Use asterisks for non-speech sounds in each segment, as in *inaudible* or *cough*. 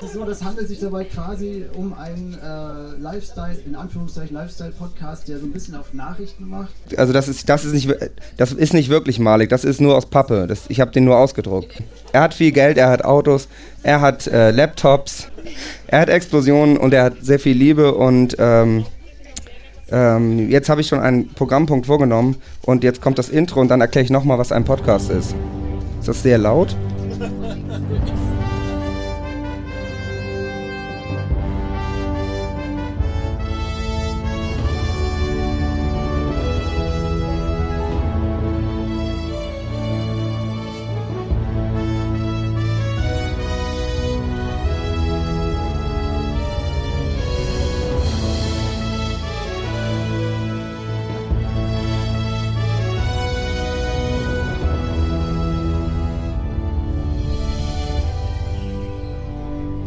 Es ist so, das handelt sich dabei quasi um einen äh, Lifestyle, in Anführungszeichen Lifestyle-Podcast, der so ein bisschen auf Nachrichten macht. Also das ist, das ist nicht, das ist nicht wirklich malig, das ist nur aus Pappe. Das, ich habe den nur ausgedruckt. Er hat viel Geld, er hat Autos, er hat äh, Laptops, er hat Explosionen und er hat sehr viel Liebe und ähm, ähm, jetzt habe ich schon einen Programmpunkt vorgenommen und jetzt kommt das Intro und dann erkläre ich nochmal, was ein Podcast ist. Ist das sehr laut?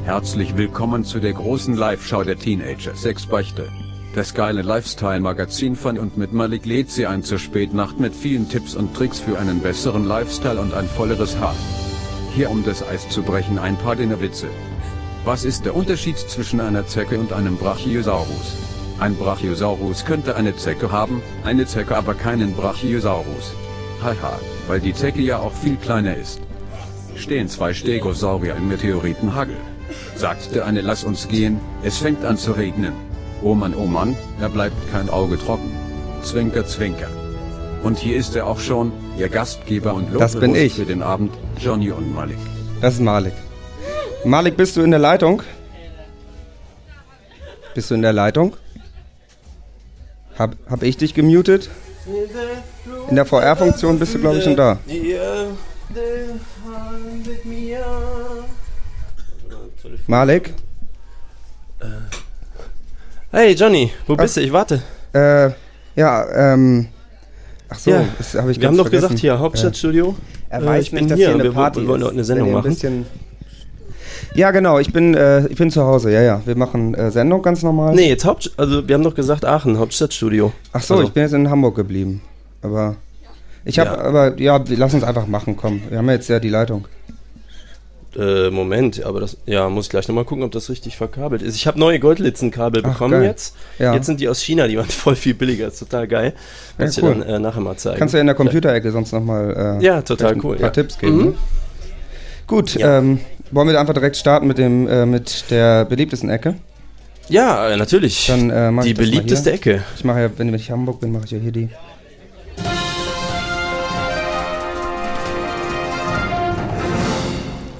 Herzlich willkommen zu der großen Live-Show der Teenager Sexbeichte. Das geile Lifestyle-Magazin von und mit Malik lädt sie ein zur Spätnacht mit vielen Tipps und Tricks für einen besseren Lifestyle und ein volleres Haar. Hier um das Eis zu brechen ein paar dünne Witze. Was ist der Unterschied zwischen einer Zecke und einem Brachiosaurus? Ein Brachiosaurus könnte eine Zecke haben, eine Zecke aber keinen Brachiosaurus. Haha, weil die Zecke ja auch viel kleiner ist. Stehen zwei Stegosaurier im Meteoritenhagel sagte Anne, lass uns gehen, es fängt an zu regnen. Oh Mann, oh Mann, da bleibt kein Auge trocken. Zwinker, zwinker. Und hier ist er auch schon, ihr Gastgeber und Das bin Lobbyhost ich. für den Abend, Johnny und Malik. Das ist Malik. Malik, bist du in der Leitung? Bist du in der Leitung? Hab, hab ich dich gemutet? In der VR-Funktion bist du, glaube ich, schon da. Malik, Hey Johnny, wo bist du? Ich warte. äh, ja, ähm, ach so, Ja, das habe ich Wir haben ganz doch gesagt, vergessen. hier Hauptstadtstudio. Er Äh, weiß ich nicht, bin dass hier, hier eine wir wo- Party wir wollen ist. heute eine Sendung Wenn ihr machen. bisschen- ja, genau, ich bin, äh, ich bin zu Hause, ja, ja. Wir machen äh, Sendung ganz normal. Nee, jetzt Haupt, also wir haben doch gesagt Aachen, Hauptstadtstudio. Ach so, also, ich bin jetzt in Hamburg geblieben. Aber ich habe, Ja. aber ja, lass uns einfach machen, komm. Wir haben ja jetzt ja die Leitung. Äh, Moment, aber das, ja, muss ich gleich nochmal gucken, ob das richtig verkabelt ist. Ich habe neue Goldlitzenkabel Ach, bekommen geil. jetzt. Ja. Jetzt sind die aus China, die waren *laughs* voll viel billiger, ist total geil. Ja, Kannst cool. du dann äh, nachher mal zeigen. Kannst du ja in der Computerecke sonst nochmal äh, Ja, total vielleicht ein cool, paar ja. Tipps geben. Mhm. ne? Gut, Ja. ähm, wollen wir da einfach direkt starten mit dem äh, mit der beliebtesten Ecke? Ja, äh, natürlich. Dann, äh, mach die ich das mal beliebteste hier. Ecke. Ich mache ja, wenn wenn ich in Hamburg bin, mache ich ja hier die.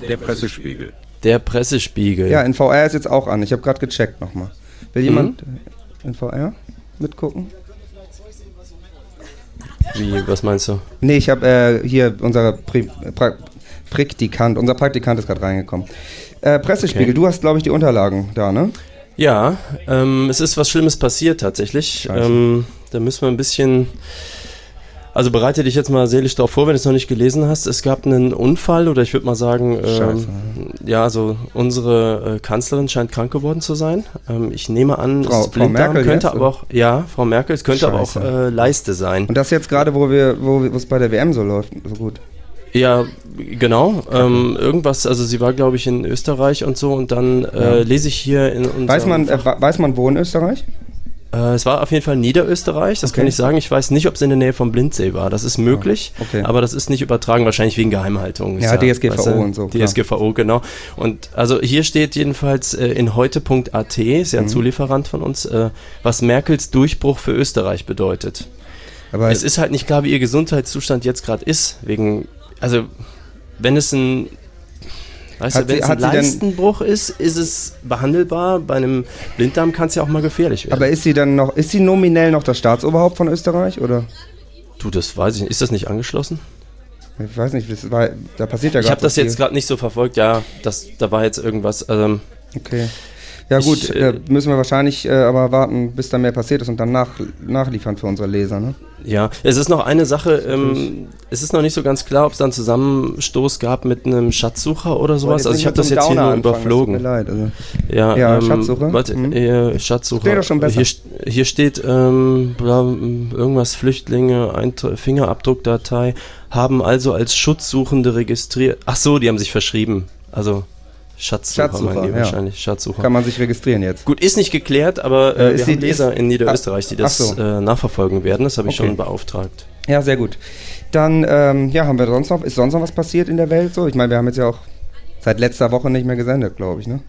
Der Pressespiegel. Der Pressespiegel. Ja, in VR ist jetzt auch an. Ich habe gerade gecheckt nochmal. Mhm. Will jemand äh, in VR mitgucken? Wie, was meinst du? Nee, ich habe äh, hier unser Pri pra Praktikant, unser Praktikant ist gerade reingekommen. Äh, Pressespiegel, Okay. du hast, glaube ich, die Unterlagen da, ne? Ja, ähm, es ist was Schlimmes passiert tatsächlich. Scheiße. Ähm, da müssen wir ein bisschen. Also bereite dich jetzt mal seelisch darauf vor, wenn du es noch nicht gelesen hast. Es gab einen Unfall oder ich würde mal sagen, Scheiße. ähm, ja, also unsere äh, Kanzlerin scheint krank geworden zu sein. Ähm, ich nehme an, Frau- es ist Frau Blinddarm, Merkel könnte jetzt, aber auch, ja, Frau Merkel, es könnte aber auch Scheiße. äh, Leiste sein. Und das jetzt gerade, wo wir, wo es bei der WM so läuft, so gut. Ja, genau. Ähm, irgendwas, also sie war, glaube ich, in Österreich und so und dann äh, Ja. lese ich hier in unserem Weiß man, äh, weiß man, wo in Österreich? Äh, es war auf jeden Fall Niederösterreich, das Okay. kann ich sagen. Ich weiß nicht, ob es in der Nähe vom Blindsee war. Das ist möglich, Ah, okay. aber das ist nicht übertragen, wahrscheinlich wegen Geheimhaltung. Ja, Ist DSGVO weißt du, und so, klar. DSGVO, genau. Und also hier steht jedenfalls äh, in heute.at, ist ja Mhm. ein Zulieferant von uns, äh, was Merkels Durchbruch für Österreich bedeutet. Aber Es ist halt nicht klar, wie ihr Gesundheitszustand jetzt gerade ist, wegen, also wenn es ein Weißt Hat du, wenn sie- es hat ein sie denn- Leistenbruch ist, ist es behandelbar. Bei einem Blinddarm kann es ja auch mal gefährlich werden. aber ist sie dann noch, ist sie nominell noch das Staatsoberhaupt von Österreich? Oder? Du, das weiß ich nicht. Ist das nicht angeschlossen? Ich weiß nicht, das war, da passiert ja Ich gerade. habe das jetzt gerade nicht so verfolgt. Ja, das, da war jetzt irgendwas. Ähm, Okay. Ja, Ich, gut, äh, da müssen wir wahrscheinlich äh, aber warten, bis da mehr passiert ist und dann nach, nachliefern für unsere Leser, ne? ja, es ist noch eine Sache. Ähm, es ist noch nicht so ganz klar, ob es da einen Zusammenstoß gab mit einem Schatzsucher oder sowas. Also ich habe das jetzt hier nur Tut mir überflogen. leid. Also. Ja, ähm, Ja, Schatzsucher. Warte, Mhm. äh, Schatzsucher. Steht doch schon besser. Hier, st- hier steht ähm, bla, m, irgendwas Flüchtlinge, Eintr- Fingerabdruckdatei haben also als Schutzsuchende registriert. Ach so, die haben sich verschrieben. Also Schatzsucher, Schatzsucher, meinen die ja. wahrscheinlich. Schatzsucher. Kann man sich registrieren jetzt. Gut, ist nicht geklärt, aber äh, Äh, ist wir haben die- Leser ist- in Niederösterreich, die Ach das so. äh, nachverfolgen werden. Das habe ich Okay. schon beauftragt. Ja, sehr gut. Dann, ähm, ja, haben wir sonst noch, ist sonst noch was passiert in der Welt? So, ich meine, wir haben jetzt ja auch seit letzter Woche nicht mehr gesendet, glaube ich, ne?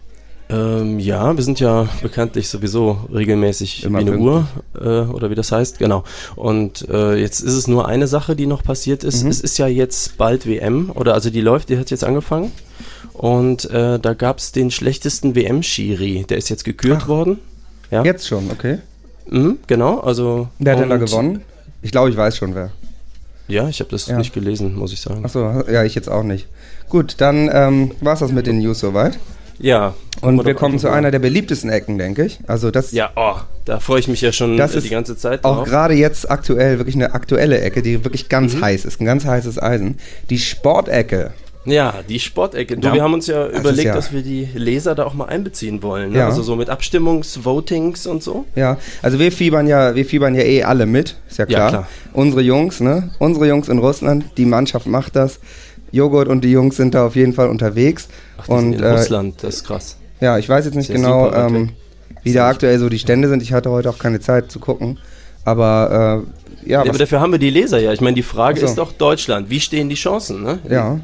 Ähm, ja, wir sind ja bekanntlich sowieso regelmäßig Immer wie eine Uhr äh, oder wie das heißt, genau. Und äh, jetzt ist es nur eine Sache, die noch passiert Mhm. ist. Es ist ja jetzt bald WM oder also die läuft, die hat jetzt angefangen. Und äh, da gab es den schlechtesten WM-Schiri, der ist jetzt gekürt worden. Ja, Jetzt schon, okay. Mhm, genau. Also Wer hat denn da und- gewonnen? Ich glaube, ich weiß schon wer. Ja, ich habe das Ja. nicht gelesen, muss ich sagen. Achso, ja, ich jetzt auch nicht. Gut, dann ähm, war's das mit den News soweit. Ja. Und wir kommen zu einer der beliebtesten Ecken, denke ich. Also das Ja, oh, da freue ich mich ja schon Das äh, ist die ganze Zeit auch drauf. gerade jetzt aktuell wirklich eine aktuelle Ecke, die wirklich Mhm. ganz heiß ist, ein ganz heißes Eisen. Die Sportecke. Ja, die Sportecke. Du, Ja. wir haben uns ja überlegt, ja- dass wir die Leser da auch mal einbeziehen wollen. Ne? Ja. Also so mit Abstimmungs, Votings und so. Ja, also wir fiebern ja, wir fiebern ja eh alle mit, ist ja klar. klar. Unsere Jungs, ne? Unsere Jungs in Russland, die Mannschaft macht das. Joghurt und die Jungs sind da auf jeden Fall unterwegs. Ach, die sind und in äh, Russland, das ist krass. ja, ich weiß jetzt nicht Ist ja genau, super ähm, wirklich. wie da aktuell so die Stände sind. Ich hatte heute auch keine Zeit zu gucken. Aber äh, ja, Ja, aber was- dafür haben wir die Leser ja. Ich meine, die Frage Ach so. ist doch Deutschland. Wie stehen die Chancen? Ne? ja.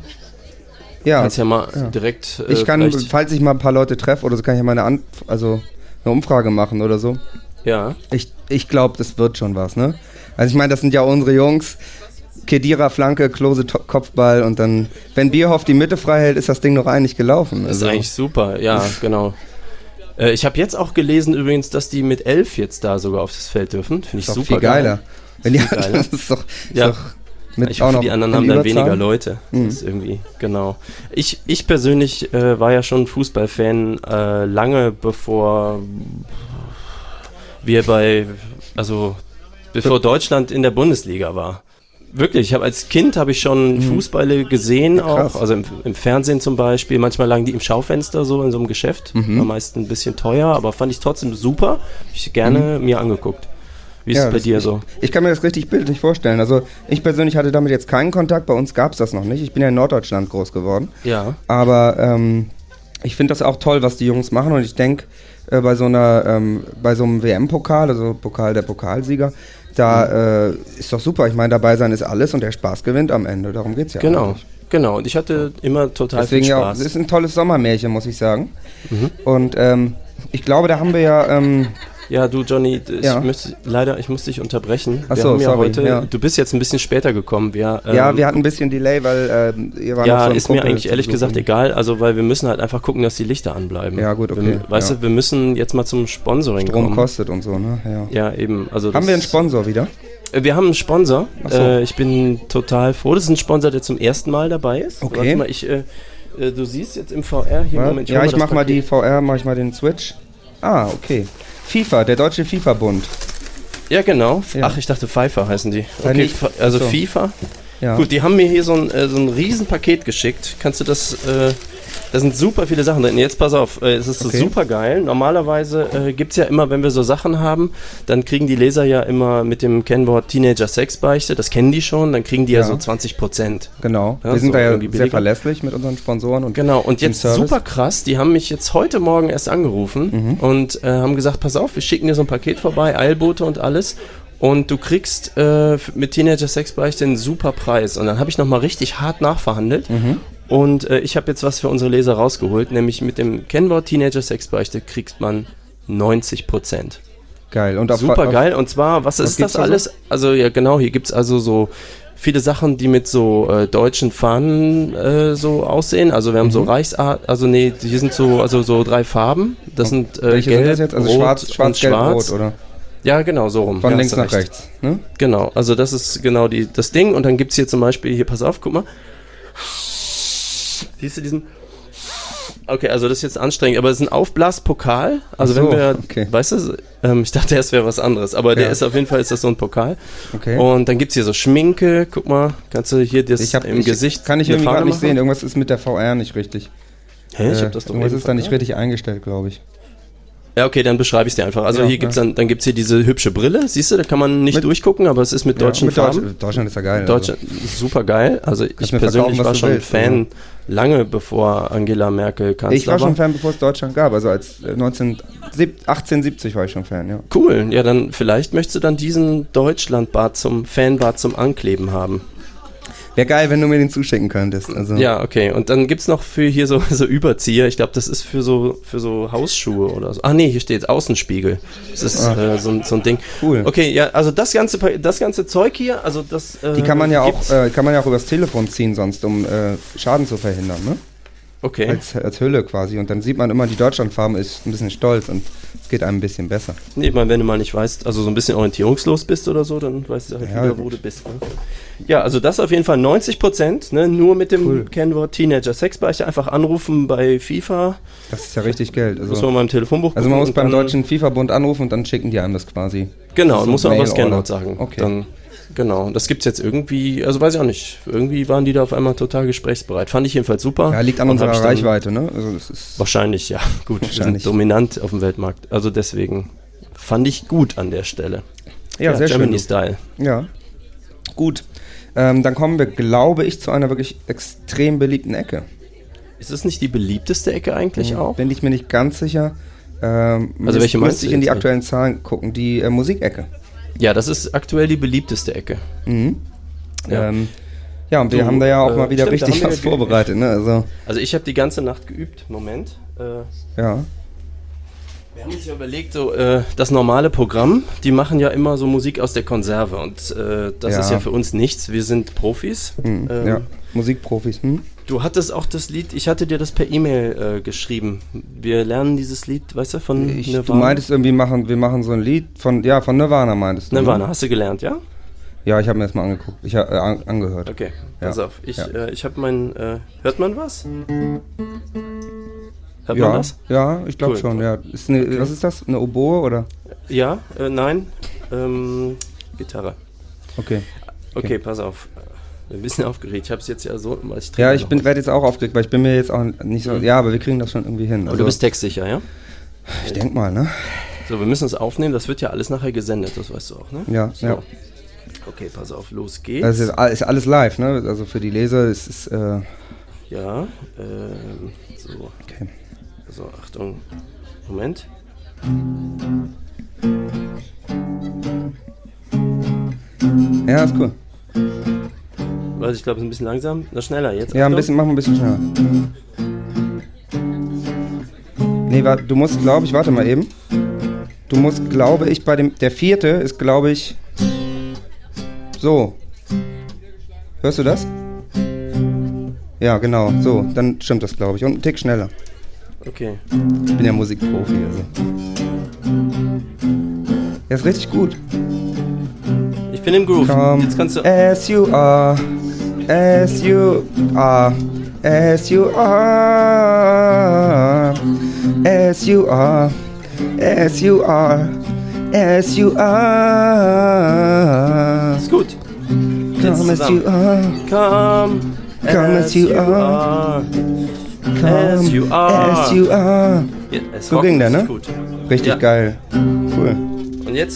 Ja, Kannst ja mal direkt. Äh, ich kann, vielleicht- falls ich mal ein paar Leute treffe oder so, kann ich ja mal eine, An also eine Umfrage machen oder so. Ja. Ich, ich glaube, das wird schon was, ne? Also ich meine, das sind ja unsere Jungs. Kedira Flanke, Klose To- Kopfball und dann, wenn Bierhoff die Mitte frei hält, ist das Ding noch eigentlich gelaufen. Das ist Also, eigentlich super, ja, genau. Äh, Ich habe jetzt auch gelesen übrigens, dass die mit elf jetzt da sogar auf das Feld dürfen. Finde ich ist doch super viel geiler. Wenn die, geiler. *laughs* das ist doch, Ja. ist doch mit Ich hoffe, die anderen in haben dann Überzahl. Mhm. weniger Leute. Das ist irgendwie, genau. Ich, ich persönlich äh, war ja schon Fußballfan äh, lange bevor wir bei, also bevor Deutschland in der Bundesliga war. Wirklich, ich habe als Kind habe ich schon Fußballe gesehen, Mhm. krass. auch, also im, im Fernsehen zum Beispiel. Manchmal lagen die im Schaufenster so in so einem Geschäft, Mhm. am meisten ein bisschen teuer, aber fand ich trotzdem super. Hab Ich gerne mir angeguckt. Wie ist Mhm. Ja, es bei das- dir so? Ich kann mir das richtig bildlich vorstellen. Also ich persönlich hatte damit jetzt keinen Kontakt, bei uns gab es das noch nicht. Ich bin ja in Norddeutschland groß geworden. Ja. Aber ähm, ich finde das auch toll, was die Jungs machen und ich denke, äh, bei so einer, ähm, bei so einem WM-Pokal, also Pokal der Pokalsieger, da äh, ist doch super. Ich meine, dabei sein ist alles und der Spaß gewinnt am Ende. Darum geht's ja. Genau, eigentlich. genau. Und ich hatte immer total Deswegen viel ja, auch- Spaß. Mhm. es ist ein tolles Sommermärchen, muss ich sagen. Und ähm, ich glaube, da haben wir ja, ähm, ja, du Johnny, ich Ja. müsste leider, ich muss dich unterbrechen. Ach wir so, haben ja sorry, heute, ja. du bist jetzt ein bisschen später gekommen. Wir, ähm, ja, wir hatten ein bisschen Delay, weil ähm, ihr waren noch ja, so im ist mir Kumpel eigentlich ehrlich zu gesagt besuchen. egal, also weil wir müssen halt einfach gucken, dass die Lichter anbleiben. Ja, gut, okay, Wir, weißt ja. du, wir müssen jetzt mal zum Sponsoring Strom kommen. kostet und so, ne? Ja. Ja, eben. Also Haben das- wir einen Sponsor wieder? Äh, Wir haben einen Sponsor. Ach so. Äh, ich bin total froh. Das ist ein Sponsor, der zum ersten Mal dabei ist. Okay. Warte mal, ich, äh, äh, du siehst jetzt im VR hier Ja, Moment. hol ja ich das mach mal Paket. die VR, mach ich mal den Switch. Ah, okay. FIFA, der Deutsche FIFA-Bund. Ja, genau. Ja. Ach, ich dachte Pfeiffer heißen die. Ja, Okay, nicht. Fa- also So. FIFA. Ja. Gut, die haben mir hier so ein, äh, so ein Riesenpaket geschickt. Kannst du das, äh, da sind super viele Sachen drin. Jetzt pass auf, äh, es ist Okay. super geil. Normalerweise äh, gibt's ja immer, wenn wir so Sachen haben, dann kriegen die Leser ja immer mit dem Kennwort Teenager Sexbeichte, das kennen die schon, dann kriegen die ja, Ja. so 20 Prozent. Genau. Ja, wir sind so da ja irgendwie sehr billiger. verlässlich mit unseren Sponsoren und Genau, und dem jetzt Service. super krass, die haben mich jetzt heute Morgen erst angerufen und äh, haben gesagt, pass auf, wir schicken dir so ein Paket vorbei, Eilboote und alles. Und du kriegst äh, f- mit Teenager Sexbeichte einen super Preis. Und dann habe ich nochmal richtig hart nachverhandelt. Und äh, ich habe jetzt was für unsere Leser rausgeholt, nämlich mit dem Kennwort Teenager Sexbeichte kriegt man 90 Prozent. geil. Und auf, Super auf, geil. Und zwar, was was ist gibt's das da so? alles? Also, ja, genau, hier gibt's also so viele Sachen, die mit so äh, deutschen Fahnen äh, so aussehen. Also, wir haben Mhm. so Reichsart, also, nee, hier sind so, also so drei Farben. Das sind äh, Welche gelb, sind das jetzt? Also rot schwarz, und schwarz, gelb, schwarz. rot, oder? Ja, genau, so rum. Von ja, links hast nach recht. rechts. Ne? Genau, also das ist genau die, das Ding. Und dann gibt's hier zum Beispiel, hier, pass auf, guck mal. Siehst du diesen? Okay, also das ist jetzt anstrengend, aber es ist ein Aufblaspokal. Also Ach so, wenn wir, okay. weißt du, ähm, ich dachte erst wäre was anderes, aber der Ja. ist auf jeden Fall ist das so ein Pokal. Okay. Und dann gibt's hier so Schminke, guck mal, kannst du hier das Ich hab, im ich, Gesicht. Kann ich eine irgendwie Fahne gerade nicht machen? sehen. Irgendwas ist mit der VR nicht richtig. Hä, ich Äh, hab das doch irgendwas eben ist da nicht verkackt. richtig eingestellt, glaube ich. Ja, okay, dann beschreibe ich es dir einfach. Also Ja, hier gibt's dann, dann gibt's hier diese hübsche Brille, siehst du, da kann man nicht Mit- durchgucken, aber es ist mit deutschen mit Deutsch- Farben. Deutschland ist ja geil. Deutschland super geil. Also ich mir verkaufen, persönlich was war du schon willst, Fan lange bevor Angela Merkel Kanzler Also. Ich war schon war. Fan, bevor es Deutschland gab. Also als äh, 19, sieb- 1870 war ich schon Fan, ja. Cool, ja dann vielleicht möchtest du dann diesen Deutschlandbart zum Fanbart zum Ankleben haben. Wäre geil, wenn du mir den zuschicken könntest. Also, Ja, okay. Und dann gibt's noch für hier so, *laughs* so Überzieher. Ich glaube, das ist für so, für so Hausschuhe oder so. Ah, nee, hier steht Außenspiegel. Das ist äh, so, ein- so ein Ding. Ah. Cool. Okay, ja, also das ganze, Pa- das ganze Zeug hier, also das. Äh, Die kann man ja auch, gibt's- äh, kann man ja auch übers Telefon ziehen sonst, um äh, Schaden zu verhindern, ne? okay. Als, als Hülle quasi. Und dann sieht man immer, die Deutschlandfarben ist ein bisschen stolz und es geht einem ein bisschen besser. Nee, ich meine, wenn du mal nicht weißt, also so ein bisschen orientierungslos bist oder so, dann weißt du halt Ja, wieder, wo du bist. Ne? Ja, also das auf jeden Fall 90 Prozent, ne? nur mit dem Kennwort Teenager Sexbeichte einfach anrufen bei FIFA, Das ist ja richtig Geld. muss man Also, mal im Telefonbuch also man gucken muss und beim dann- deutschen FIFA-Bund anrufen und dann schicken die einem das quasi. Genau, muss man aber Mail das Kennwort Order. sagen. Okay. Dann, genau, und das gibt's jetzt irgendwie, also weiß ich auch nicht, irgendwie waren die da auf einmal total gesprächsbereit. Fand ich jedenfalls super. Ja, liegt an Und unserer hab ich dann- Reichweite, ne? Also das ist Wahrscheinlich, ja. *laughs* Gut, wahrscheinlich. Wahrscheinlich. Wir sind dominant auf dem Weltmarkt. Also deswegen fand ich gut an der Stelle. ja, sehr schön. Germany Style. Ja. Gut. Ähm, dann kommen wir, glaube ich, zu einer wirklich extrem beliebten Ecke. Ist es nicht die beliebteste Ecke eigentlich auch? Bin ich mir nicht ganz sicher. Ähm, müsst- Also welche meinst müsste du ich in die jetzt? aktuellen Zahlen gucken? Die äh, Musikecke. Ja, das ist aktuell die beliebteste Ecke. Ja. Ja. Ähm, ja, und wir Du, haben da ja auch äh, mal wieder stimmt, da richtig haben wir was ja ge- vorbereitet, ne? Also, Also ich habe die ganze Nacht geübt. Moment. Äh, ja. wir haben uns ja überlegt, so äh, das normale Programm, die machen ja immer so Musik aus der Konserve und äh, das Ja. ist ja für uns nichts. Wir sind Profis. Hm, Ähm, ja. Musikprofis, hm? Du hattest auch das Lied, ich hatte dir das per E-Mail äh, geschrieben. Wir lernen dieses Lied, weißt du, von Ich, du meintest irgendwie, machen, wir machen so ein Lied von, ja, von Nirvana meintest du. ne? Nirvana, hast du gelernt, ja? Ja, ich habe mir das mal angeguckt. Ich habe äh, an, angehört. Okay, Ja. pass auf. Ich, Ja. äh, ich habe mein, äh, hört man was? Hört man Ja, das? ja, ich glaube Cool. schon, ja. Ist eine, Was ist das? Eine Oboe oder? Ja, äh, nein, ähm, Gitarre. Okay. Okay, pass auf. Äh, Ein bisschen *laughs* aufgeregt. Ich habe es jetzt ja so, weil ich Ja, trinke ich noch. bin werde jetzt auch aufgeregt, weil ich bin mir jetzt auch nicht so. Ja, aber wir kriegen das schon irgendwie hin. Also Aber du bist textsicher, ja? ich denk mal, ne? So, wir müssen es aufnehmen. Das wird ja alles nachher gesendet, das weißt du auch, ne? Ja, So. ja. Also- Okay, pass auf, los geht's. Das ist, all- ist alles live, ne? Also für die Leser ist es. Äh, ja, ähm, so, okay. also Achtung. Moment. Ja, ist cool. Warte, ich glaube, es ist ein bisschen langsam. Na, schneller jetzt. Ja, ein Achtung. bisschen, machen wir ein bisschen schneller. Nee, warte, du musst, glaube ich, warte mal eben. Du musst, glaube ich, bei dem. Der vierte ist, glaube ich. So. Hörst du das? Ja, genau. So, dann stimmt das, glaube ich. Und einen Tick schneller. Okay. Ich bin ja Musikprofi, also. Ja, ist richtig gut. Ich bin im Groove. Come Jetzt kannst du. as you are, as you are, as you are, as you are, as you are, as you are. Ist gut. Jetzt Come as you zusammen. are, Come. Come as you are. As you come are. as you are. Ja, es So rockt, ging der, es ist ne? Gut. Richtig Ja. geil. Cool. Und jetzt?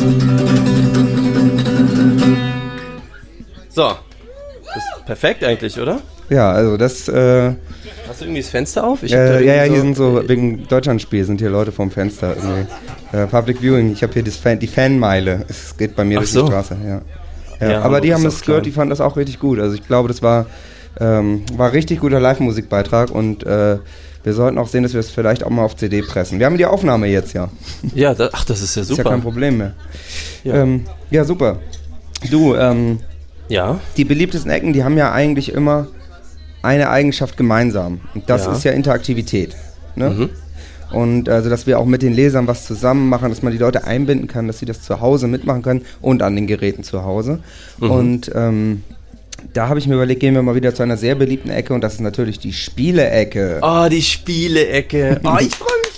So. Das ist perfekt eigentlich, oder? Ja, also das, äh, Hast du irgendwie das Fenster auf? Ich hab da Äh, ja, ja, irgendwie hier sind so, wegen Deutschlandspiel sind hier Leute vorm Fenster. Irgendwie. Äh, Public Viewing, ich habe hier das Fan, die Fanmeile. Es geht bei mir Ach durch so. die Straße, ja. Ja, Ja, aber die Hamburg haben ist das auch klein. gehört, die fanden das auch richtig gut. Also ich glaube, das war, ähm, war richtig guter Live-Musikbeitrag und äh, wir sollten auch sehen, dass wir es vielleicht auch mal auf CD pressen. Wir haben die Aufnahme jetzt, ja. Ja, da, ach, das ist ja Ist ja super. kein Problem mehr. Ja. Ja, ähm, ja super. Du, ähm, ja, die beliebtesten Ecken, die haben ja eigentlich immer eine Eigenschaft gemeinsam. Und das Ja. Mhm. ist ja Interaktivität. Ne? Und also, dass wir auch mit den Lesern was zusammen machen, dass man die Leute einbinden kann, dass sie das zu Hause mitmachen können und an den Geräten zu Hause. Mhm. Und ähm, da habe ich mir überlegt, gehen wir mal wieder zu einer sehr beliebten Ecke und das ist natürlich die Spielecke. Oh, die Spielecke. Oh, ich freue mich.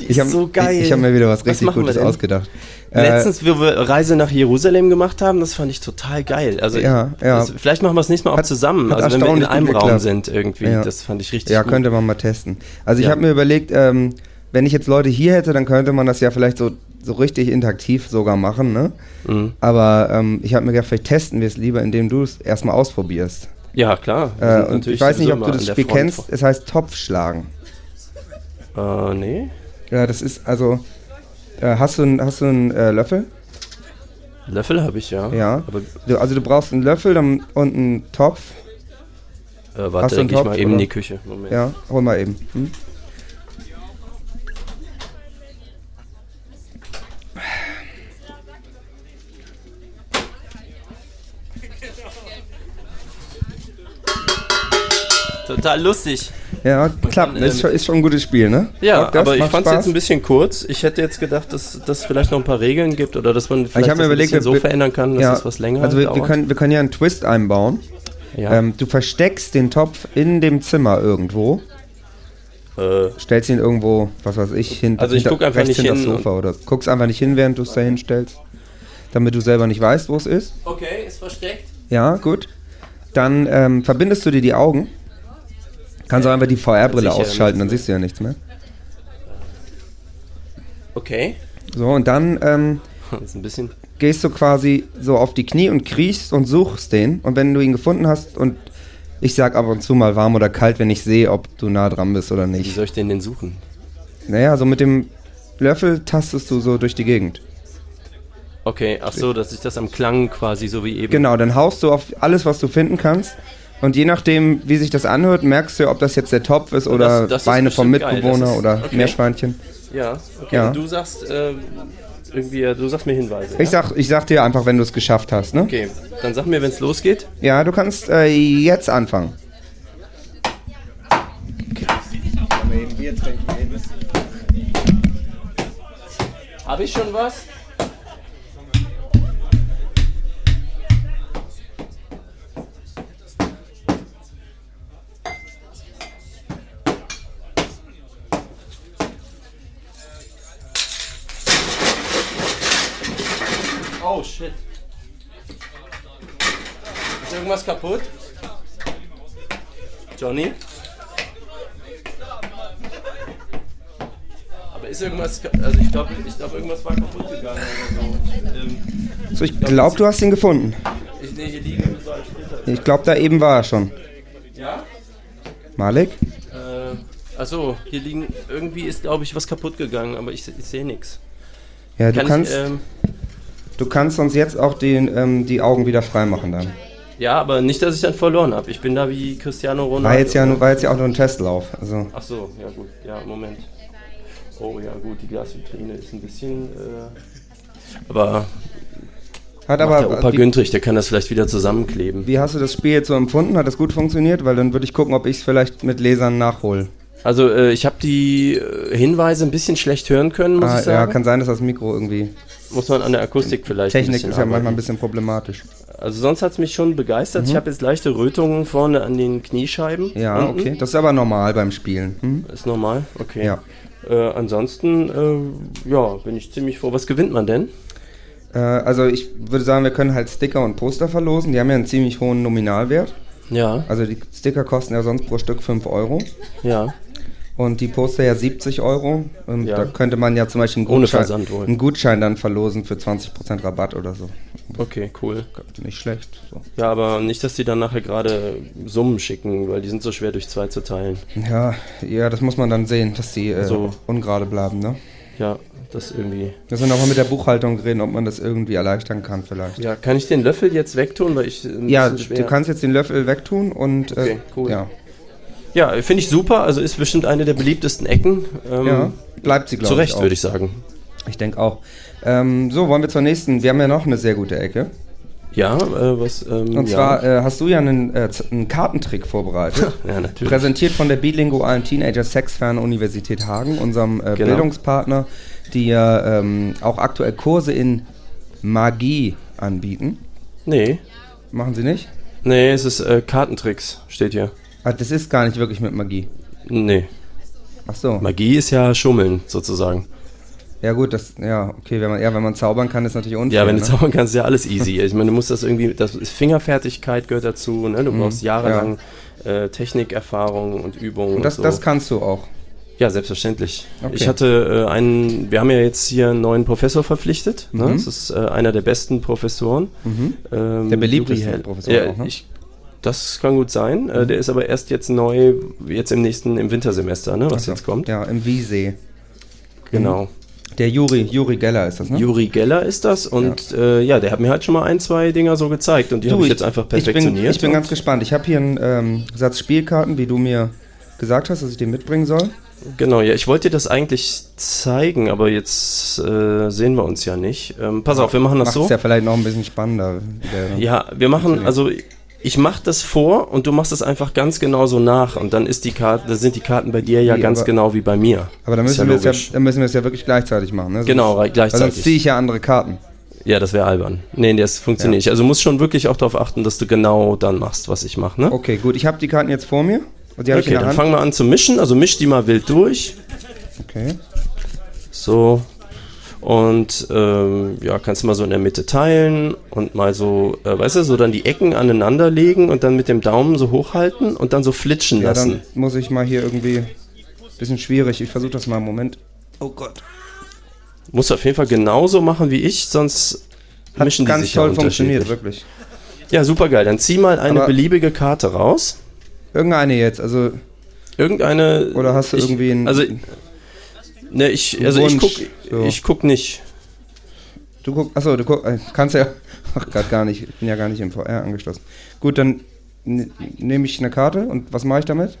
Die ich ist habe so geil. ich, ich hab mir wieder was richtig machen wir Gutes denn? ausgedacht. Äh, Letztens, wie wir Reise nach Jerusalem gemacht haben, das fand ich total geil. Also Ja, ja. Das, vielleicht machen wir es nächstes Mal auch Hat- zusammen. hat also wenn wir in erstaunlich einem gut Raum geklappt. sind irgendwie. Ja. Das fand ich richtig Ja, gut. könnte man mal testen. Also ich Ja. habe mir überlegt, ähm, wenn ich jetzt Leute hier hätte, dann könnte man das ja vielleicht so, so richtig interaktiv sogar machen, ne? Mhm. Aber ähm, ich habe mir gedacht, vielleicht testen wir es lieber, indem du es erstmal ausprobierst. Ja, klar. wir Äh, sind und natürlich ich weiß nicht, sowieso ob immer du an das der Spiel Front kennst, es heißt Topfschlagen. vor- Äh, nee. Ja, das ist also. Äh, hast du einen hast du einen, äh, Löffel? Löffel habe ich, ja. Ja. Aber Du, also du brauchst einen Löffel dann, und einen Topf. äh, Hast du warte, einen dann geh ich Topf, mal eben in oder? die Küche. Moment. Ja, hol mal eben. Hm? Total lustig. Ja, klappt. äh, Ist schon, ist schon ein gutes Spiel, ne? Ja, Mag das, aber ich macht fand es Spaß? jetzt ein bisschen kurz. Ich hätte jetzt gedacht, dass das vielleicht noch ein paar Regeln gibt oder dass man vielleicht hab mir das überlegt, ein bisschen so wir- verändern kann, dass ja, es was länger Also wir, wir, dauert. können, wir können ja einen Twist einbauen. ja. Ähm, du versteckst den Topf in dem Zimmer irgendwo. äh, Stellst ihn irgendwo, was weiß ich, hinter, Also ich hinter- guck einfach rechts nicht hinter hin das Sofa oder guckst einfach nicht hin, während du es da hinstellst. Damit du selber nicht weißt, wo es ist. Okay, ist versteckt. Ja, gut. Dann ähm, verbindest du dir die Augen. Kannst auch einfach die VR-Brille Sicher, ausschalten, dann siehst du ja nichts mehr. okay. *laughs* So, und dann ähm, Das ist ein bisschen. gehst du quasi so auf die Knie und kriechst und suchst den. Und wenn du ihn gefunden hast, und ich sag ab und zu mal warm oder kalt, wenn ich sehe, ob du nah dran bist oder Wie nicht. soll ich den denn suchen? Naja, so mit dem Löffel tastest du so durch die Gegend. Okay, ach so, dass ich das am Klang quasi so wie eben. Genau, dann haust du auf alles, was du finden kannst. Und je nachdem, wie sich das anhört, merkst du, ob das jetzt der Topf ist oder das ist Beine vom bestimmt geil, Mitbewohner das ist- oder okay. Meerschweinchen. Ja, okay. Ja. und Du sagst äh, irgendwie, äh, du sagst mir Hinweise. Ich ja? sag, ich sag dir einfach, wenn du es geschafft hast, ne? Okay, dann sag mir, wenn es losgeht. Ja, du kannst äh, jetzt anfangen. Habe ich schon was? Oh shit. Ist irgendwas kaputt? Johnny? Aber ist irgendwas. ka- Also ich glaube, ich glaub, irgendwas war kaputt gegangen oder so. Ähm, So, ich glaube, du hast ihn gefunden. ich, nee, hier liegen überall Splitter. Ich glaube, da eben war er schon. Ja? Malik? Äh, achso, hier liegen. Irgendwie ist, glaube ich, was kaputt gegangen, aber ich, ich sehe nichts. Ja, du kannst, Ich, ähm, du kannst uns jetzt auch den, ähm, die Augen wieder freimachen dann. ja, aber nicht, dass ich dann verloren habe. Ich bin da wie Cristiano Ronaldo. War jetzt ja, nur- war jetzt ja auch nur ein Testlauf. Also, Ach so, ja gut, ja, Moment. Oh ja gut, die Glasvitrine ist ein bisschen... Äh aber hat der aber. Opa Wie, Güntrich, der kann das vielleicht wieder zusammenkleben. wie hast du das Spiel jetzt so empfunden? Hat das gut funktioniert? Weil dann würde ich gucken, ob ich es vielleicht mit Lesern nachhole. Also äh, ich habe die äh, Hinweise ein bisschen schlecht hören können, muss Ah, ich ja, sagen. kann sein, dass das Mikro irgendwie. muss man an der Akustik vielleicht Technik ein bisschen ist ja manchmal ein arbeiten. bisschen problematisch. Also sonst hat es mich schon begeistert. Ich habe jetzt leichte Rötungen vorne an den Kniescheiben. Mhm. Ja, unten. okay. Das ist aber normal beim Spielen. Hm? Ist normal, okay. Ja. Äh, ansonsten, äh, ja, bin ich ziemlich froh. Was gewinnt man denn? Äh, also, ich würde sagen, wir können halt Sticker und Poster verlosen. Die haben ja einen ziemlich hohen Nominalwert. Ja, Also die Sticker kosten ja sonst pro Stück 5 Euro ja. und die Poster ja 70 Euro. Und Ja. da könnte man ja zum Beispiel einen Ohne Gutschein, Versand wohl. einen Gutschein dann verlosen für 20% Rabatt oder so. Okay, cool. Nicht schlecht. So. Ja, aber nicht, dass die dann nachher gerade Summen schicken, weil die sind so schwer durch zwei zu teilen. Ja, ja, das muss man dann sehen, dass die äh, So. ungerade bleiben. Ne? Ja, das irgendwie. Wir müssen nochmal mit der Buchhaltung reden, ob man das irgendwie erleichtern kann vielleicht. Ja, kann ich den Löffel jetzt wegtun, weil ich äh, ein Ja, bisschen schwer. du kannst jetzt den Löffel wegtun und äh, Okay, cool. ja, Ja, finde ich super. Also ist bestimmt eine der beliebtesten Ecken. Ähm, ja, bleibt sie, glaube ich. Zu Recht, auch. würde ich sagen. Ich denke auch. Ähm, so, wollen wir zur nächsten. Wir haben ja noch eine sehr gute Ecke. Ja, äh, was? Ähm, Und ja. zwar äh, hast du ja einen, äh, z- einen Kartentrick vorbereitet. *laughs* Ja, natürlich. Präsentiert von der bilingualen Teenager Sexfern Universität Hagen, unserem äh, Genau. Bildungspartner, die ja ähm, auch aktuell Kurse in Magie anbieten. Nee. Machen sie nicht? Nee, es ist äh, Kartentricks, steht hier. Ah, das ist gar nicht wirklich mit Magie. Nee. Ach so. Magie ist ja Schummeln, sozusagen. Ja gut, das ja okay, wenn man ja wenn man zaubern kann, ist natürlich unfair. Ja, wenn du ne? zaubern kannst, ist ja alles easy. Ich meine, du musst das irgendwie, das ist Fingerfertigkeit gehört Mhm. dazu, ne? Du brauchst jahrelang äh, Technikerfahrung und Übung und, das, so. das kannst du auch. Ja, selbstverständlich. Okay. Ich hatte äh, einen, wir haben ja jetzt hier einen neuen Professor verpflichtet. Mhm. Ne? Das ist äh, einer der besten Professoren. Ähm, Der beliebtesten Juri Hell- Professor Ja, auch, ne? Mhm. ich, das kann gut sein. Äh, der ist aber erst jetzt neu, jetzt im nächsten, im Wintersemester, ne? was So. jetzt kommt. Ja, Mhm. im Wiesee. Genau. Der Juri, Juri Geller ist das, ne? Juri Geller ist das und ja. Äh, ja, der hat mir halt schon mal ein, zwei Dinger so gezeigt und die Du, habe ich jetzt einfach Ich perfektioniert. bin, ich bin und- ganz gespannt. Ich habe hier einen ähm, Satz Spielkarten, wie du mir gesagt hast, dass ich den mitbringen soll. Genau, ja, ich wollte dir das eigentlich zeigen, aber jetzt äh, sehen wir uns ja nicht. Ähm, pass auf, wir machen das Macht so. es ja vielleicht noch ein bisschen spannender. Der- Ja, wir machen, also ich mache das vor und du machst es einfach ganz genau so nach und dann ist die Karte, dann sind die Karten bei dir ja Wie, ganz aber- genau wie bei mir. Aber dann Ist müssen, wir es ja, logisch. dann müssen wir es ja wirklich gleichzeitig machen. Ne? Sonst- Genau, rei- Weil gleichzeitig. sonst ziehe ich ja andere Karten. ja, das wäre albern. Nee, das funktioniert nicht. Also du musst schon wirklich auch darauf achten, dass du genau dann machst, was ich mache, ne? Okay, gut. Ich habe die Karten jetzt vor mir. Und die habe ich Okay, in der dann Hand. fangen wir an zu mischen. Also misch die mal wild durch. Okay. So. Und ähm, ja, kannst du mal so in der Mitte teilen und mal so, äh, weißt du, so dann die Ecken aneinander legen und dann mit dem Daumen so hochhalten und dann so flitschen Ja, lassen. dann muss ich mal hier irgendwie. Bisschen schwierig. Ich versuche das mal im Moment. Oh Gott. Musst du auf jeden Fall genauso machen wie ich, sonst Hat mischen die ganz sich ja toll unterschiedlich. funktioniert, wirklich. Ja, super geil. Dann zieh mal eine Aber- beliebige Karte raus. Irgendeine jetzt. Also, Irgendeine. Oder hast du ich, irgendwie einen- Also, ne, ich, also ich, guck, Wunsch, so. ich guck nicht. du guckst. Achso, du guck, äh, kannst ja. *laughs* Ach, grad gar nicht. Ich bin ja gar nicht im VR angeschlossen. Gut, dann ne- nehme ich eine Karte und was mache ich damit?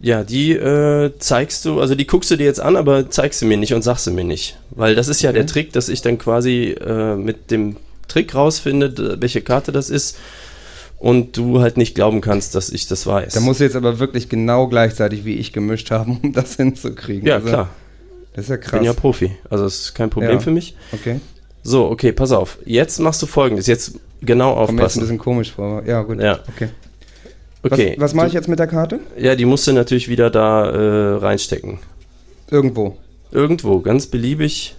Ja, die äh, zeigst du, also die guckst du dir jetzt an, aber zeigst du mir nicht und sagst du mir nicht. Weil das ist ja der Trick, dass ich dann quasi äh, mit dem Trick rausfinde, d- welche Karte das ist und du halt nicht glauben kannst, dass ich das weiß. Da musst du jetzt aber wirklich genau gleichzeitig wie ich gemischt haben, *laughs* um das hinzukriegen. ja, Also, klar. Das ist ja Ich bin ja krass. Profi. Also das ist kein Problem Ja. für mich. Okay. So, okay, pass auf. Jetzt machst du folgendes. Jetzt Kommt genau mir jetzt ein aufpassen. bisschen komisch vor. aber- Ja, gut. Ja. Okay. Was, Okay. was mache ich jetzt mit der Karte? Ja, die musst du natürlich wieder da äh, reinstecken. Irgendwo. Irgendwo, ganz beliebig,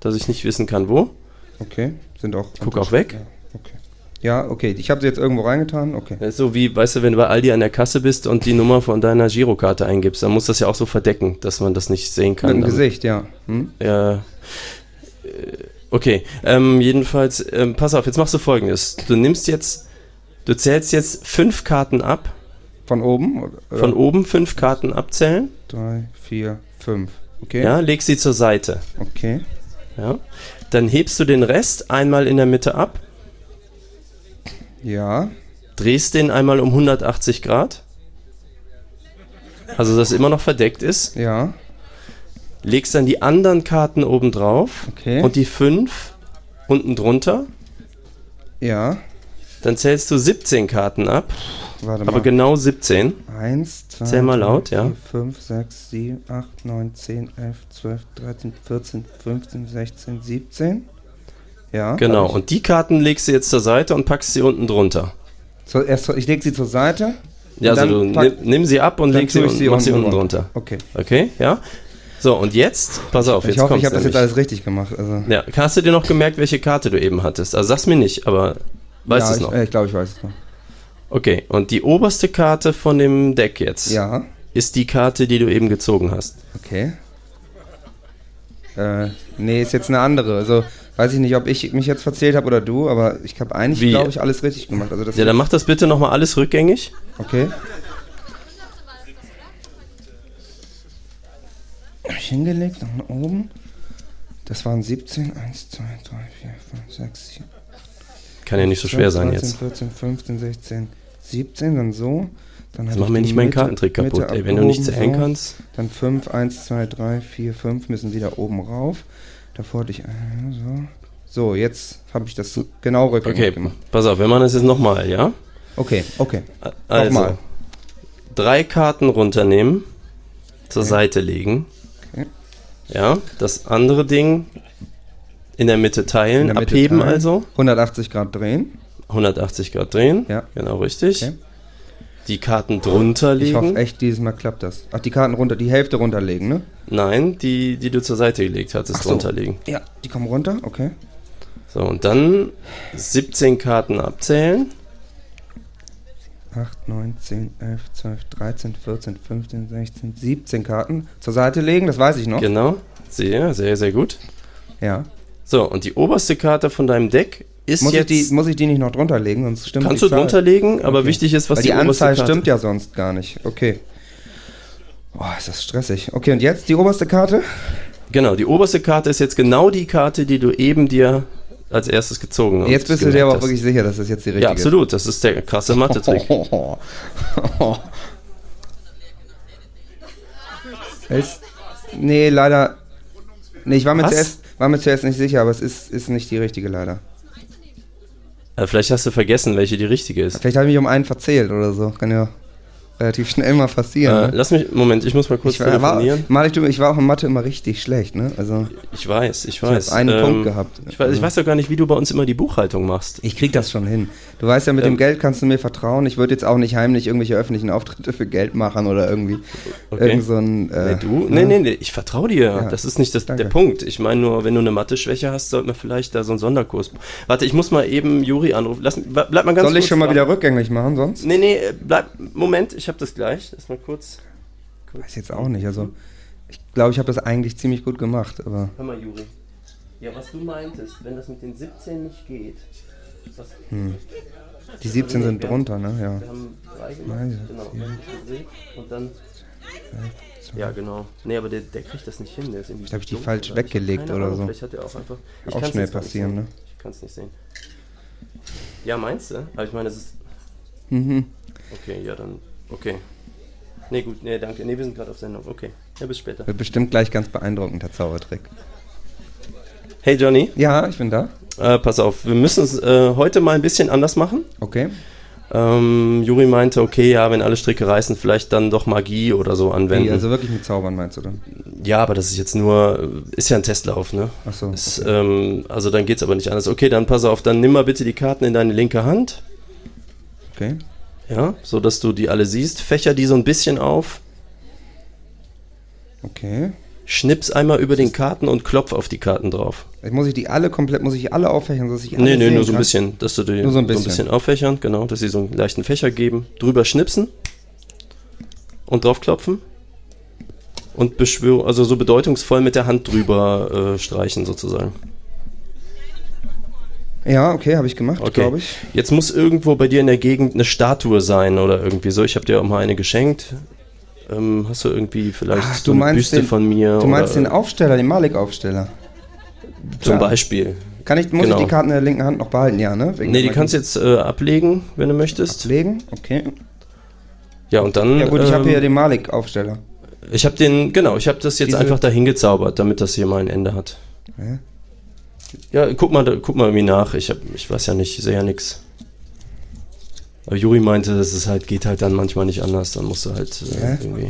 dass ich nicht wissen kann, wo. Okay. Sind auch. Guck auch weg. Okay. Ja, okay. Ich habe sie jetzt irgendwo reingetan. Okay. Das ist so wie, weißt du, wenn du bei Aldi an der Kasse bist und die Nummer von deiner Girokarte eingibst, dann muss das ja auch so verdecken, dass man das nicht sehen Mit kann. dem Dann- Gesicht, ja. Hm? Ja. Äh, Okay, ähm, jedenfalls, ähm, pass auf, jetzt machst du folgendes. Du nimmst jetzt, du zählst jetzt fünf Karten ab, Von oben? Oder? von oben fünf Karten abzählen, Drei, vier, fünf. Okay. ja, legst sie zur Seite, Okay. ja. Dann hebst du den Rest einmal in der Mitte ab, Ja. drehst den einmal um 180 Grad, also dass immer noch verdeckt ist. Ja. legst dann die anderen Karten oben drauf Okay. und die fünf unten drunter. Ja. Dann zählst du 17 Karten ab, Warte aber mal. genau 17. Eins, zwei, Zähl mal laut, drei, ja. vier, fünf, sechs, sieben, acht, neun, zehn, elf, zwölf, dreizehn, vierzehn, fünfzehn, sechzehn, siebzehn. Ja. Genau, hab ich. und die Karten legst du jetzt zur Seite und packst sie unten drunter. So, erst, so- ich lege sie zur Seite. Ja, Und also du dann pack- nimm, nimm sie ab und dann legst sie, tue ich und, sie mach sie unten unten drunter. drunter. Okay. Okay, ja? So, und jetzt, pass auf, jetzt ich hoffe, ich kommt's habe das jetzt nämlich. alles richtig gemacht. Also, Ja, hast du dir noch gemerkt, welche Karte du eben hattest? Also sag's mir nicht, aber weißt ja, es ich, noch. äh, Ich glaube, ich weiß es noch. Okay, und die oberste Karte von dem Deck jetzt Ja, ist die Karte, die du eben gezogen hast. okay. Äh, nee, ist jetzt eine andere. Also weiß ich nicht, ob ich mich jetzt verzählt habe oder du, aber ich habe eigentlich, Wie? glaube ich, alles richtig gemacht. Also das Ja, dann mach das bitte nochmal alles rückgängig. okay. Hab ich hingelegt, nach oben. Das waren 17, 1, 2, 3, 4, 5, 6, 7, Kann ja nicht so schwer sein jetzt. 14, 15, 16, 17, dann so. Dann Jetzt hab mach ich mir die nicht meinen Mitte- Kartentrick Mitte kaputt, ey. Wenn du nicht abgehoben, zählen so. kannst. Dann 5, 1, 2, 3, 4, 5 müssen wieder oben rauf. Davor hatte ich. äh, So, so jetzt habe ich das genau rückgängig Okay, gemacht. pass auf, wir machen das jetzt nochmal, ja? Okay, okay. Also, Nochmal. drei Karten runternehmen, zur Seite legen. Okay. Ja, das andere Ding in der Mitte teilen, In der Mitte abheben teilen, also. 180 Grad drehen. 180 Grad drehen. Ja. Genau richtig. Okay. Die Karten drunter Ich hoffe legen. echt, dieses Mal klappt das. Ach, die Karten runter, die Hälfte runterlegen, ne? Nein, die, die du zur Seite gelegt hattest, so. runterlegen. Ja, die kommen runter, okay. So, und dann 17 Karten abzählen. 8, 9, 10, 11, 12, 13, 14, 15, 16, 17 Karten zur Seite legen, das weiß ich noch. Genau. Sehr, sehr, sehr gut. Ja. So, und die oberste Karte von deinem Deck ist Muss ich, jetzt. die, muss ich die nicht noch drunter legen, sonst stimmt kannst die du Zahl. drunter legen, aber Okay. wichtig ist, was Weil die, die oberste Anzahl Karte stimmt ja sonst gar nicht. Okay. Oh, ist das stressig. Okay, und jetzt die oberste Karte? Genau, die oberste Karte ist jetzt genau die Karte, die du eben dir als erstes gezogen hast. jetzt bist du dir aber auch wirklich sicher, dass das jetzt die richtige Ja, absolut, das ist der krasse ist. Mathe-Trick. *laughs* Es, nee, leider. Nee, ich war mir, Was? zuerst, war mir zuerst nicht sicher, aber es ist, ist nicht die richtige leider. Äh, Vielleicht hast du vergessen, welche die richtige ist. Vielleicht habe ich mich um einen verzählt oder so. Kann ja relativ schnell mal Äh, passieren. ne? lass mich, Moment, ich muss mal kurz ich, war, war, telefonieren. Malik, du, ich war auch in Mathe immer richtig schlecht, ne? Also, ich weiß, ich hab weiß. Ähm, einen Punkt gehabt. Also- Ich weiß, ich weiß doch gar nicht, wie du bei uns immer die Buchhaltung machst. ich krieg das schon hin. Du weißt ja, mit Ähm. dem Geld kannst du mir vertrauen. Ich würde jetzt auch nicht heimlich irgendwelche öffentlichen Auftritte für Geld machen oder irgendwie. Okay. Irgend so ein. Nee, Äh, du? ne? Nee, nee, nee, ich vertraue dir. das ist nicht das, der danke. Punkt. Ich meine nur, wenn du eine Mathe-Schwäche hast, sollten wir vielleicht da so einen Sonderkurs. Warte, ich muss mal eben Juri anrufen. Lass, bleib mal ganz Soll kurz ich schon mal dran. wieder rückgängig machen sonst? Nee, nee, äh, bleib. Moment, ich hab das gleich. Lass mal kurz. Weiß jetzt auch nicht. Also, ich glaube, ich habe das eigentlich ziemlich gut gemacht, aber. Hör mal, Juri. Ja, was du meintest, wenn das mit den 17 nicht geht. Was, Die 17 sind drunter, ne? Wir Ja. haben drei gemacht. Drei, genau. vier. Und dann. Ja, genau. Nee, aber der, der kriegt das nicht hin. Der ist irgendwie. Vielleicht hab ich die dumm, falsch oder? weggelegt Keine oder Ahnung, so. Vielleicht hat er auch einfach. Ich Auch kann's schnell jetzt gar nicht passieren, sehen. ne? Ich kann es nicht sehen. Ja, meinst du? Aber ich meine, es ist. Mhm. Okay, ja, dann. Okay. Nee, gut, nee, danke. Nee, wir sind gerade auf Sendung. Okay. Ja, bis später. Wird bestimmt gleich ganz beeindruckend, der Zaubertrick. Hey, Johnny. Ja, ich bin da. Äh, pass auf, wir müssen es äh, heute mal ein bisschen anders machen. Okay. Ähm, Juri meinte, okay, ja, wenn alle Stricke reißen, vielleicht dann doch Magie oder so anwenden. Wie, also wirklich mit Zaubern meinst du dann? Ja, aber das ist jetzt nur, ist ja ein Testlauf, ne? Ach so. Ist, ähm, also dann geht's aber nicht anders. Okay, dann pass auf, dann nimm mal bitte die Karten in deine linke Hand, Okay. ja, so dass du die alle siehst. Fächer die so ein bisschen auf, Okay. schnips einmal über den Karten und klopf auf die Karten drauf. Jetzt muss ich die alle komplett, muss ich die alle auffächern, sodass ich alle Nee, nee, sehen nur so ein kann? bisschen, dass du die Nur so ein bisschen. auffächern, genau, dass sie so einen leichten Fächer geben. Drüber schnipsen und draufklopfen und beschwören, also so bedeutungsvoll mit der Hand drüber äh, streichen sozusagen. Ja, okay, habe ich gemacht, glaube ich. Jetzt muss irgendwo bei dir in der Gegend eine Statue sein oder irgendwie so. Ich habe dir auch mal eine geschenkt. Ähm, hast du irgendwie vielleicht Ach, so du eine meinst Büste den- von mir? Du meinst oder den Aufsteller, den Malik-Aufsteller. Zum ja. Beispiel. Kann ich, muss Genau. ich die Karten in der linken Hand noch behalten, ja, ne? Wegen Nee, die der- kannst du jetzt äh, ablegen, wenn du möchtest. legen. Okay. Ja, und dann. Ja gut, ich habe ähm, hier den Malik-Aufsteller. Ich habe den, genau, ich habe das jetzt Diese- einfach dahin gezaubert, damit das hier mal ein Ende hat. Hä? Ja, guck mal, da- guck mal irgendwie nach. Ich, hab, ich weiß ja nicht, ich sehe ja nichts. Aber Juri meinte, das ist halt, geht halt dann manchmal nicht anders. Dann musst du halt äh, Hä? irgendwie.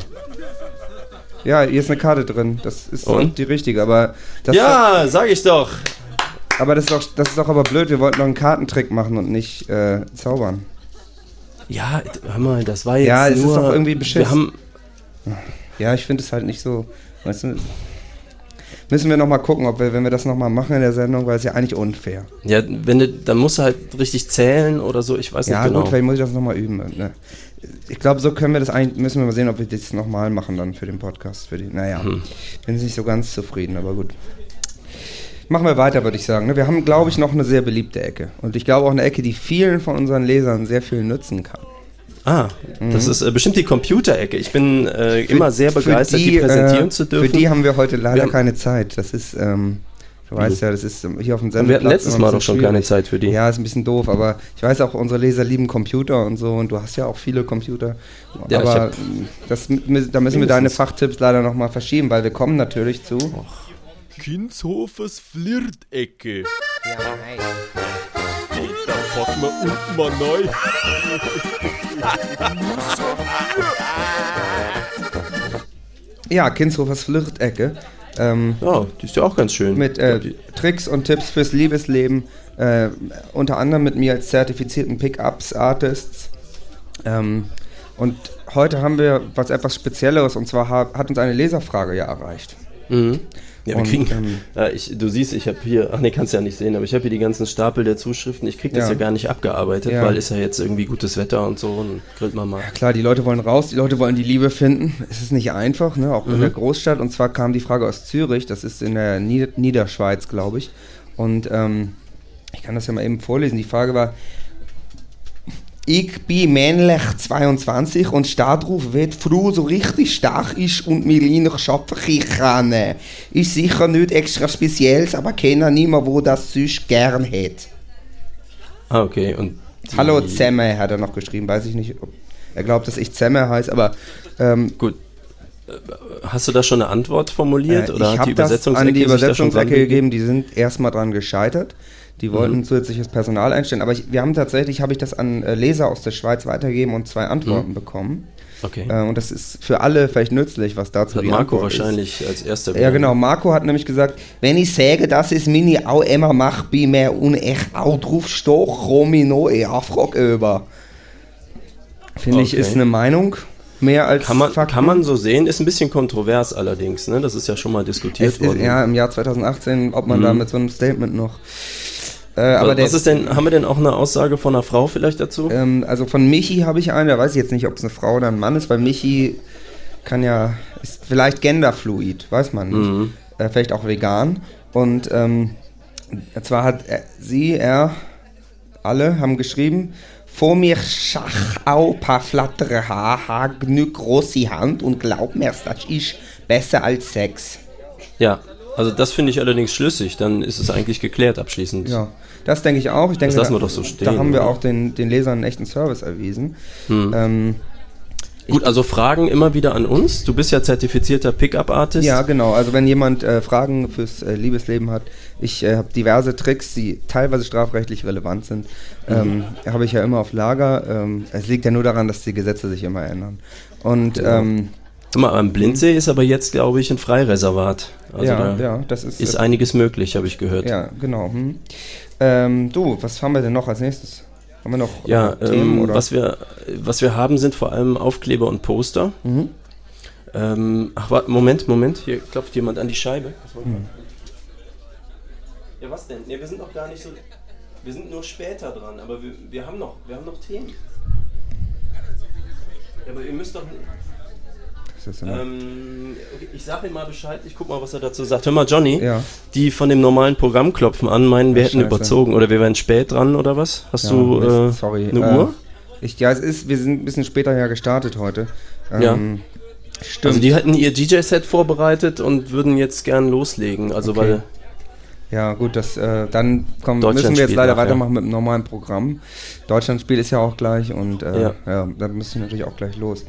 Ja, hier ist eine Karte drin. Das ist Und? die richtige, aber das Ja, sag ich doch. ist doch, aber das ist doch, das ist doch aber blöd. Wir wollten noch einen Kartentrick machen und nicht äh, zaubern. Ja, hör mal, das war jetzt Ja, es ist nur, doch irgendwie beschiss. Wir haben, Ja, ich finde es halt nicht so. Weißt du, müssen wir nochmal gucken, ob wir, wenn wir das nochmal machen in der Sendung, weil es ja eigentlich unfair. ja, wenn du, dann musst du halt richtig zählen oder so, ich weiß Ja, nicht genau. gut, vielleicht muss ich das nochmal üben. Ne? Ich glaube, so können wir das eigentlich, müssen wir mal sehen, ob wir das nochmal machen dann für den Podcast. Für die, naja, bin nicht so ganz zufrieden, aber gut. Machen wir weiter, würde ich sagen. ne? Wir haben, glaube ich, noch eine sehr beliebte Ecke. Und ich glaube auch eine Ecke, die vielen von unseren Lesern sehr viel nutzen kann. ah, das ist äh, bestimmt die Computerecke. Ich bin äh, immer sehr Mhm. Für begeistert, die, präsentieren äh, zu dürfen. Für die haben wir heute leider haben- keine Zeit. Das ist, ähm, du weißt ja, das ist ähm, hier auf dem Sender. wir hatten letztes Mal doch schon keine Zeit für die. Ja, ist ein bisschen doof, aber ich weiß auch, unsere Leser lieben Computer und so und du hast ja auch viele Computer. Ja, ich aber hab- ähm, das, da müssen wir deine Mindestens. Fachtipps leider nochmal verschieben, weil wir kommen natürlich zu. Kindshofes Flirtecke. Ja, Da packen wir unten mal neu. Ja, Kindshofers Flirtecke. Ähm, Ja, Oh, die ist ja auch ganz schön. mit Ich äh, glaub, die- Tricks und Tipps fürs Liebesleben, äh, unter anderem mit mir als zertifizierten Pickups-Artists. Ähm, und heute haben wir was etwas Spezielleres und zwar ha- hat uns eine Leserfrage ja erreicht. Ja, wir Und, kriegen, ähm, ja, ich, du siehst, ich habe hier, ach nee, kannst ja nicht sehen, aber ich habe hier die ganzen Stapel der Zuschriften. Ich kriege das Ja. ja. gar nicht abgearbeitet, Ja. weil ist ja jetzt irgendwie gutes Wetter und so und grillt man mal. Klar, die Leute wollen raus, die Leute wollen die Liebe finden. Es ist nicht einfach, ne? auch in der Großstadt. Und zwar kam die Frage aus Zürich, das ist in der Nieder Niederschweiz, glaube ich. Und ähm, ich kann das ja mal eben vorlesen. Die Frage war, ich bin männlich 22 und stehe drauf, wenn die Frau so richtig stark ist und mir leider schaffen kann. Ist sicher nicht extra spezielles, aber kenne niemand, wo das sonst gern hat. Ah, okay. Und die- Hallo Zemme hat er noch geschrieben, weiß ich nicht, ob er glaubt, dass ich Zemme heiße, aber ähm, Gut. Äh, Hast du da schon eine Antwort formuliert äh, oder ich hat die habe das Übersetzungsecke an die sich da schon dran Übersetzungsecke Mhm. gegeben, gegeben? die sind erstmal dran gescheitert. Die wollten zusätzliches Personal einstellen, aber ich, wir haben tatsächlich, habe ich das an äh, Leser aus der Schweiz weitergegeben und zwei Antworten bekommen. Mhm. Okay. Äh, und das ist für alle vielleicht nützlich, was dazu hat die Marco Antwort ist. wahrscheinlich als erster. Ja, genau. Marco hat nämlich gesagt, wenn ich sage, dass ich Mini auch immer mache, bin mir und ich auch drauf stehe, komme ich noch in Anfrage über. Finde ich, Okay. ist eine Meinung. Mehr als Kann man, Fakten. kann man so sehen, ist ein bisschen kontrovers allerdings, ne? Das ist ja schon mal diskutiert Es ist, worden. ja, im Jahr 2018, ob man da mit so einem Statement noch. Äh, aber aber der, was ist denn, haben wir denn auch eine Aussage von einer Frau vielleicht dazu? ähm, also von Michi habe ich einen, da weiß ich jetzt nicht, ob es eine Frau oder ein Mann ist, weil Michi kann ja, ist vielleicht genderfluid, weiß man nicht. Mhm. Äh, vielleicht auch vegan. Und ähm, zwar hat er, sie, er, alle haben geschrieben, vor mir schach au paar flattere Haar, ha gnü große Hand und glaub mir's, das ist besser als Sex. Ja, also das finde ich allerdings schlüssig, dann ist es eigentlich geklärt abschließend. Ja, das denke ich auch. Ich denke, lassen wir da- doch so stehen, Da haben wir oder? Hm. auch den, den Lesern einen echten Service erwiesen. Ähm, Gut, also Fragen immer wieder an uns. Du bist ja zertifizierter Pickup-Artist. ja, genau. Also wenn jemand äh, Fragen fürs äh, Liebesleben hat, ich äh, habe diverse Tricks, die teilweise strafrechtlich relevant sind, Mhm. ähm, habe ich ja immer auf Lager. Ähm, es liegt ja nur daran, dass die Gesetze sich immer ändern. Und ähm, Sag mal, am Blindsee ist aber jetzt, glaube ich, ein Freireservat. Also ja, da ja, das ist, ist äh, einiges möglich, habe ich gehört. ja genau. Hm. Ähm, du, was haben wir denn noch als nächstes? Haben wir noch Ja, äh, Themen ähm, oder? was, wir, was wir haben, sind vor allem Aufkleber und Poster. Mhm. Ähm, ach, warte, Moment, Moment, hier klopft jemand an die Scheibe. Was wollt ihr? Mhm. Ja, was denn? Ne, wir sind noch gar nicht so. Wir sind nur später dran, aber wir, wir, haben, noch, wir haben noch Themen. Ja, aber ihr müsst doch. Ist das immer- Ähm, okay, ich sag ihm mal Bescheid, ich guck mal, was er dazu sagt. Hör mal, Johnny, Ja. die von dem normalen Programm klopfen an, meinen, wir Ja, hätten scheiße. überzogen oder wir wären spät dran oder was? Hast Ja, du Mist, äh, sorry. eine Äh, Uhr? Ich, ja, es ist, wir sind ein bisschen später ja gestartet heute. Ähm, Ja. Stimmt. Also die hatten ihr DJ-Set vorbereitet und würden jetzt gern loslegen. Also Okay. weil ja, gut, das, äh, dann kommen, Deutschland müssen wir jetzt spielt leider noch, ja. weitermachen mit dem normalen Programm. Deutschlandspiel ist ja auch gleich und äh, ja. Ja. da müsste ich natürlich auch gleich los.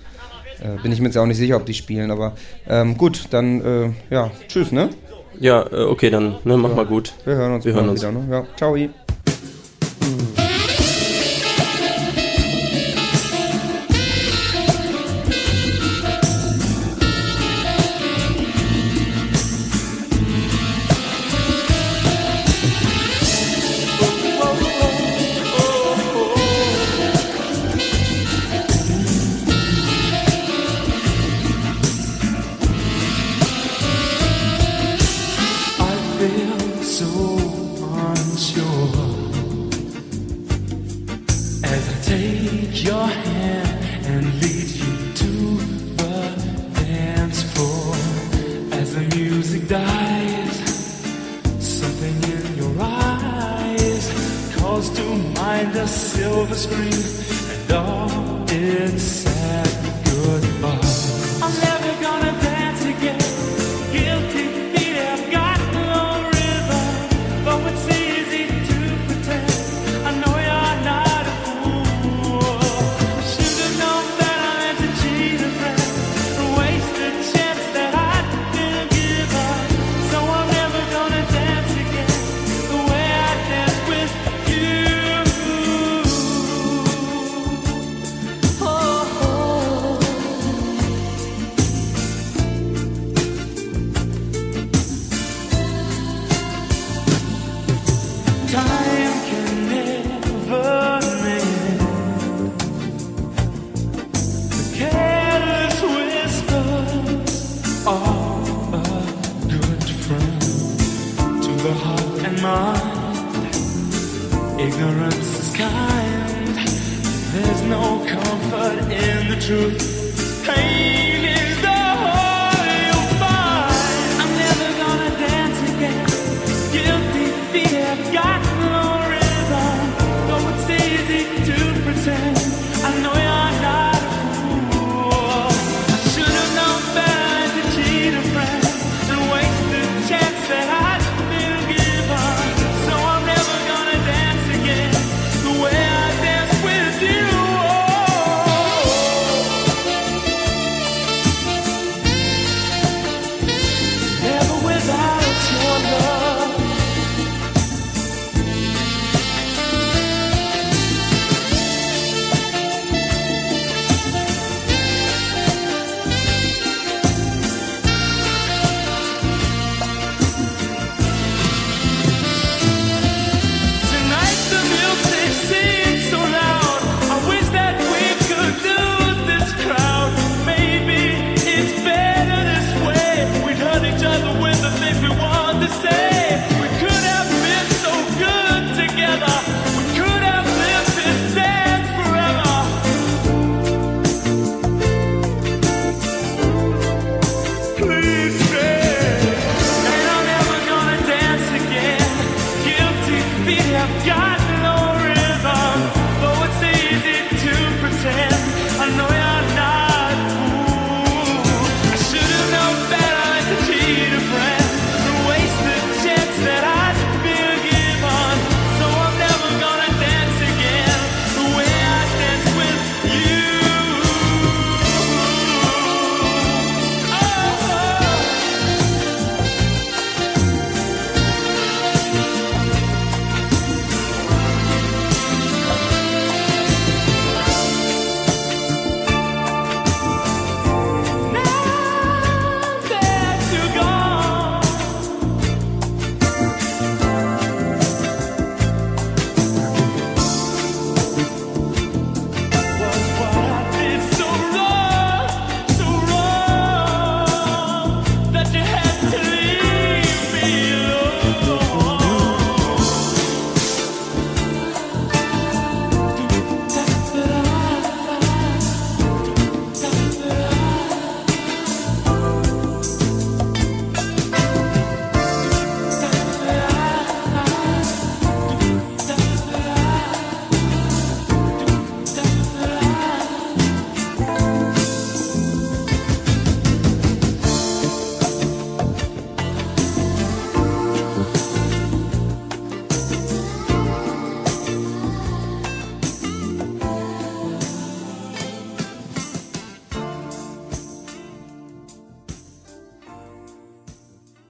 Äh, bin ich mir jetzt auch nicht sicher, ob die spielen, aber ähm, gut, dann äh, ja, tschüss, ne? ja, äh, okay, dann ne, mach mal gut. Wir hören uns Wir mal hören uns. wieder, ne? Ja, ciao. I feel so unsure as I take your hand and lead you to the dance floor. As the music dies, something in your eyes calls to mind a silver screen and all its sad goodbye. I'm never gonna dance again. Guilty feet have got no rhythm. Though it's easy to pretend, I know you're not a fool. I should have known that I meant to cheat a friend and waste the chance that I'd been given. So I'm never gonna dance again the way I danced with you. Oh. the heart and mind. Ignorance is kind. There's no comfort in the truth. Pain is all you'll find. I'm never gonna dance again. Guilty feet have got no rhythm. Though it's easy to pretend. I know you're not a fool. I should have known better to cheat a friend and waste the chance that I'd been given. So I'm never gonna dance again the way I danced with you. Never without your love. Tonight the music seems so loud. I wish that we could lose this crowd. Maybe it's better this way. We'd hurt each other with the things we want to say. Oh,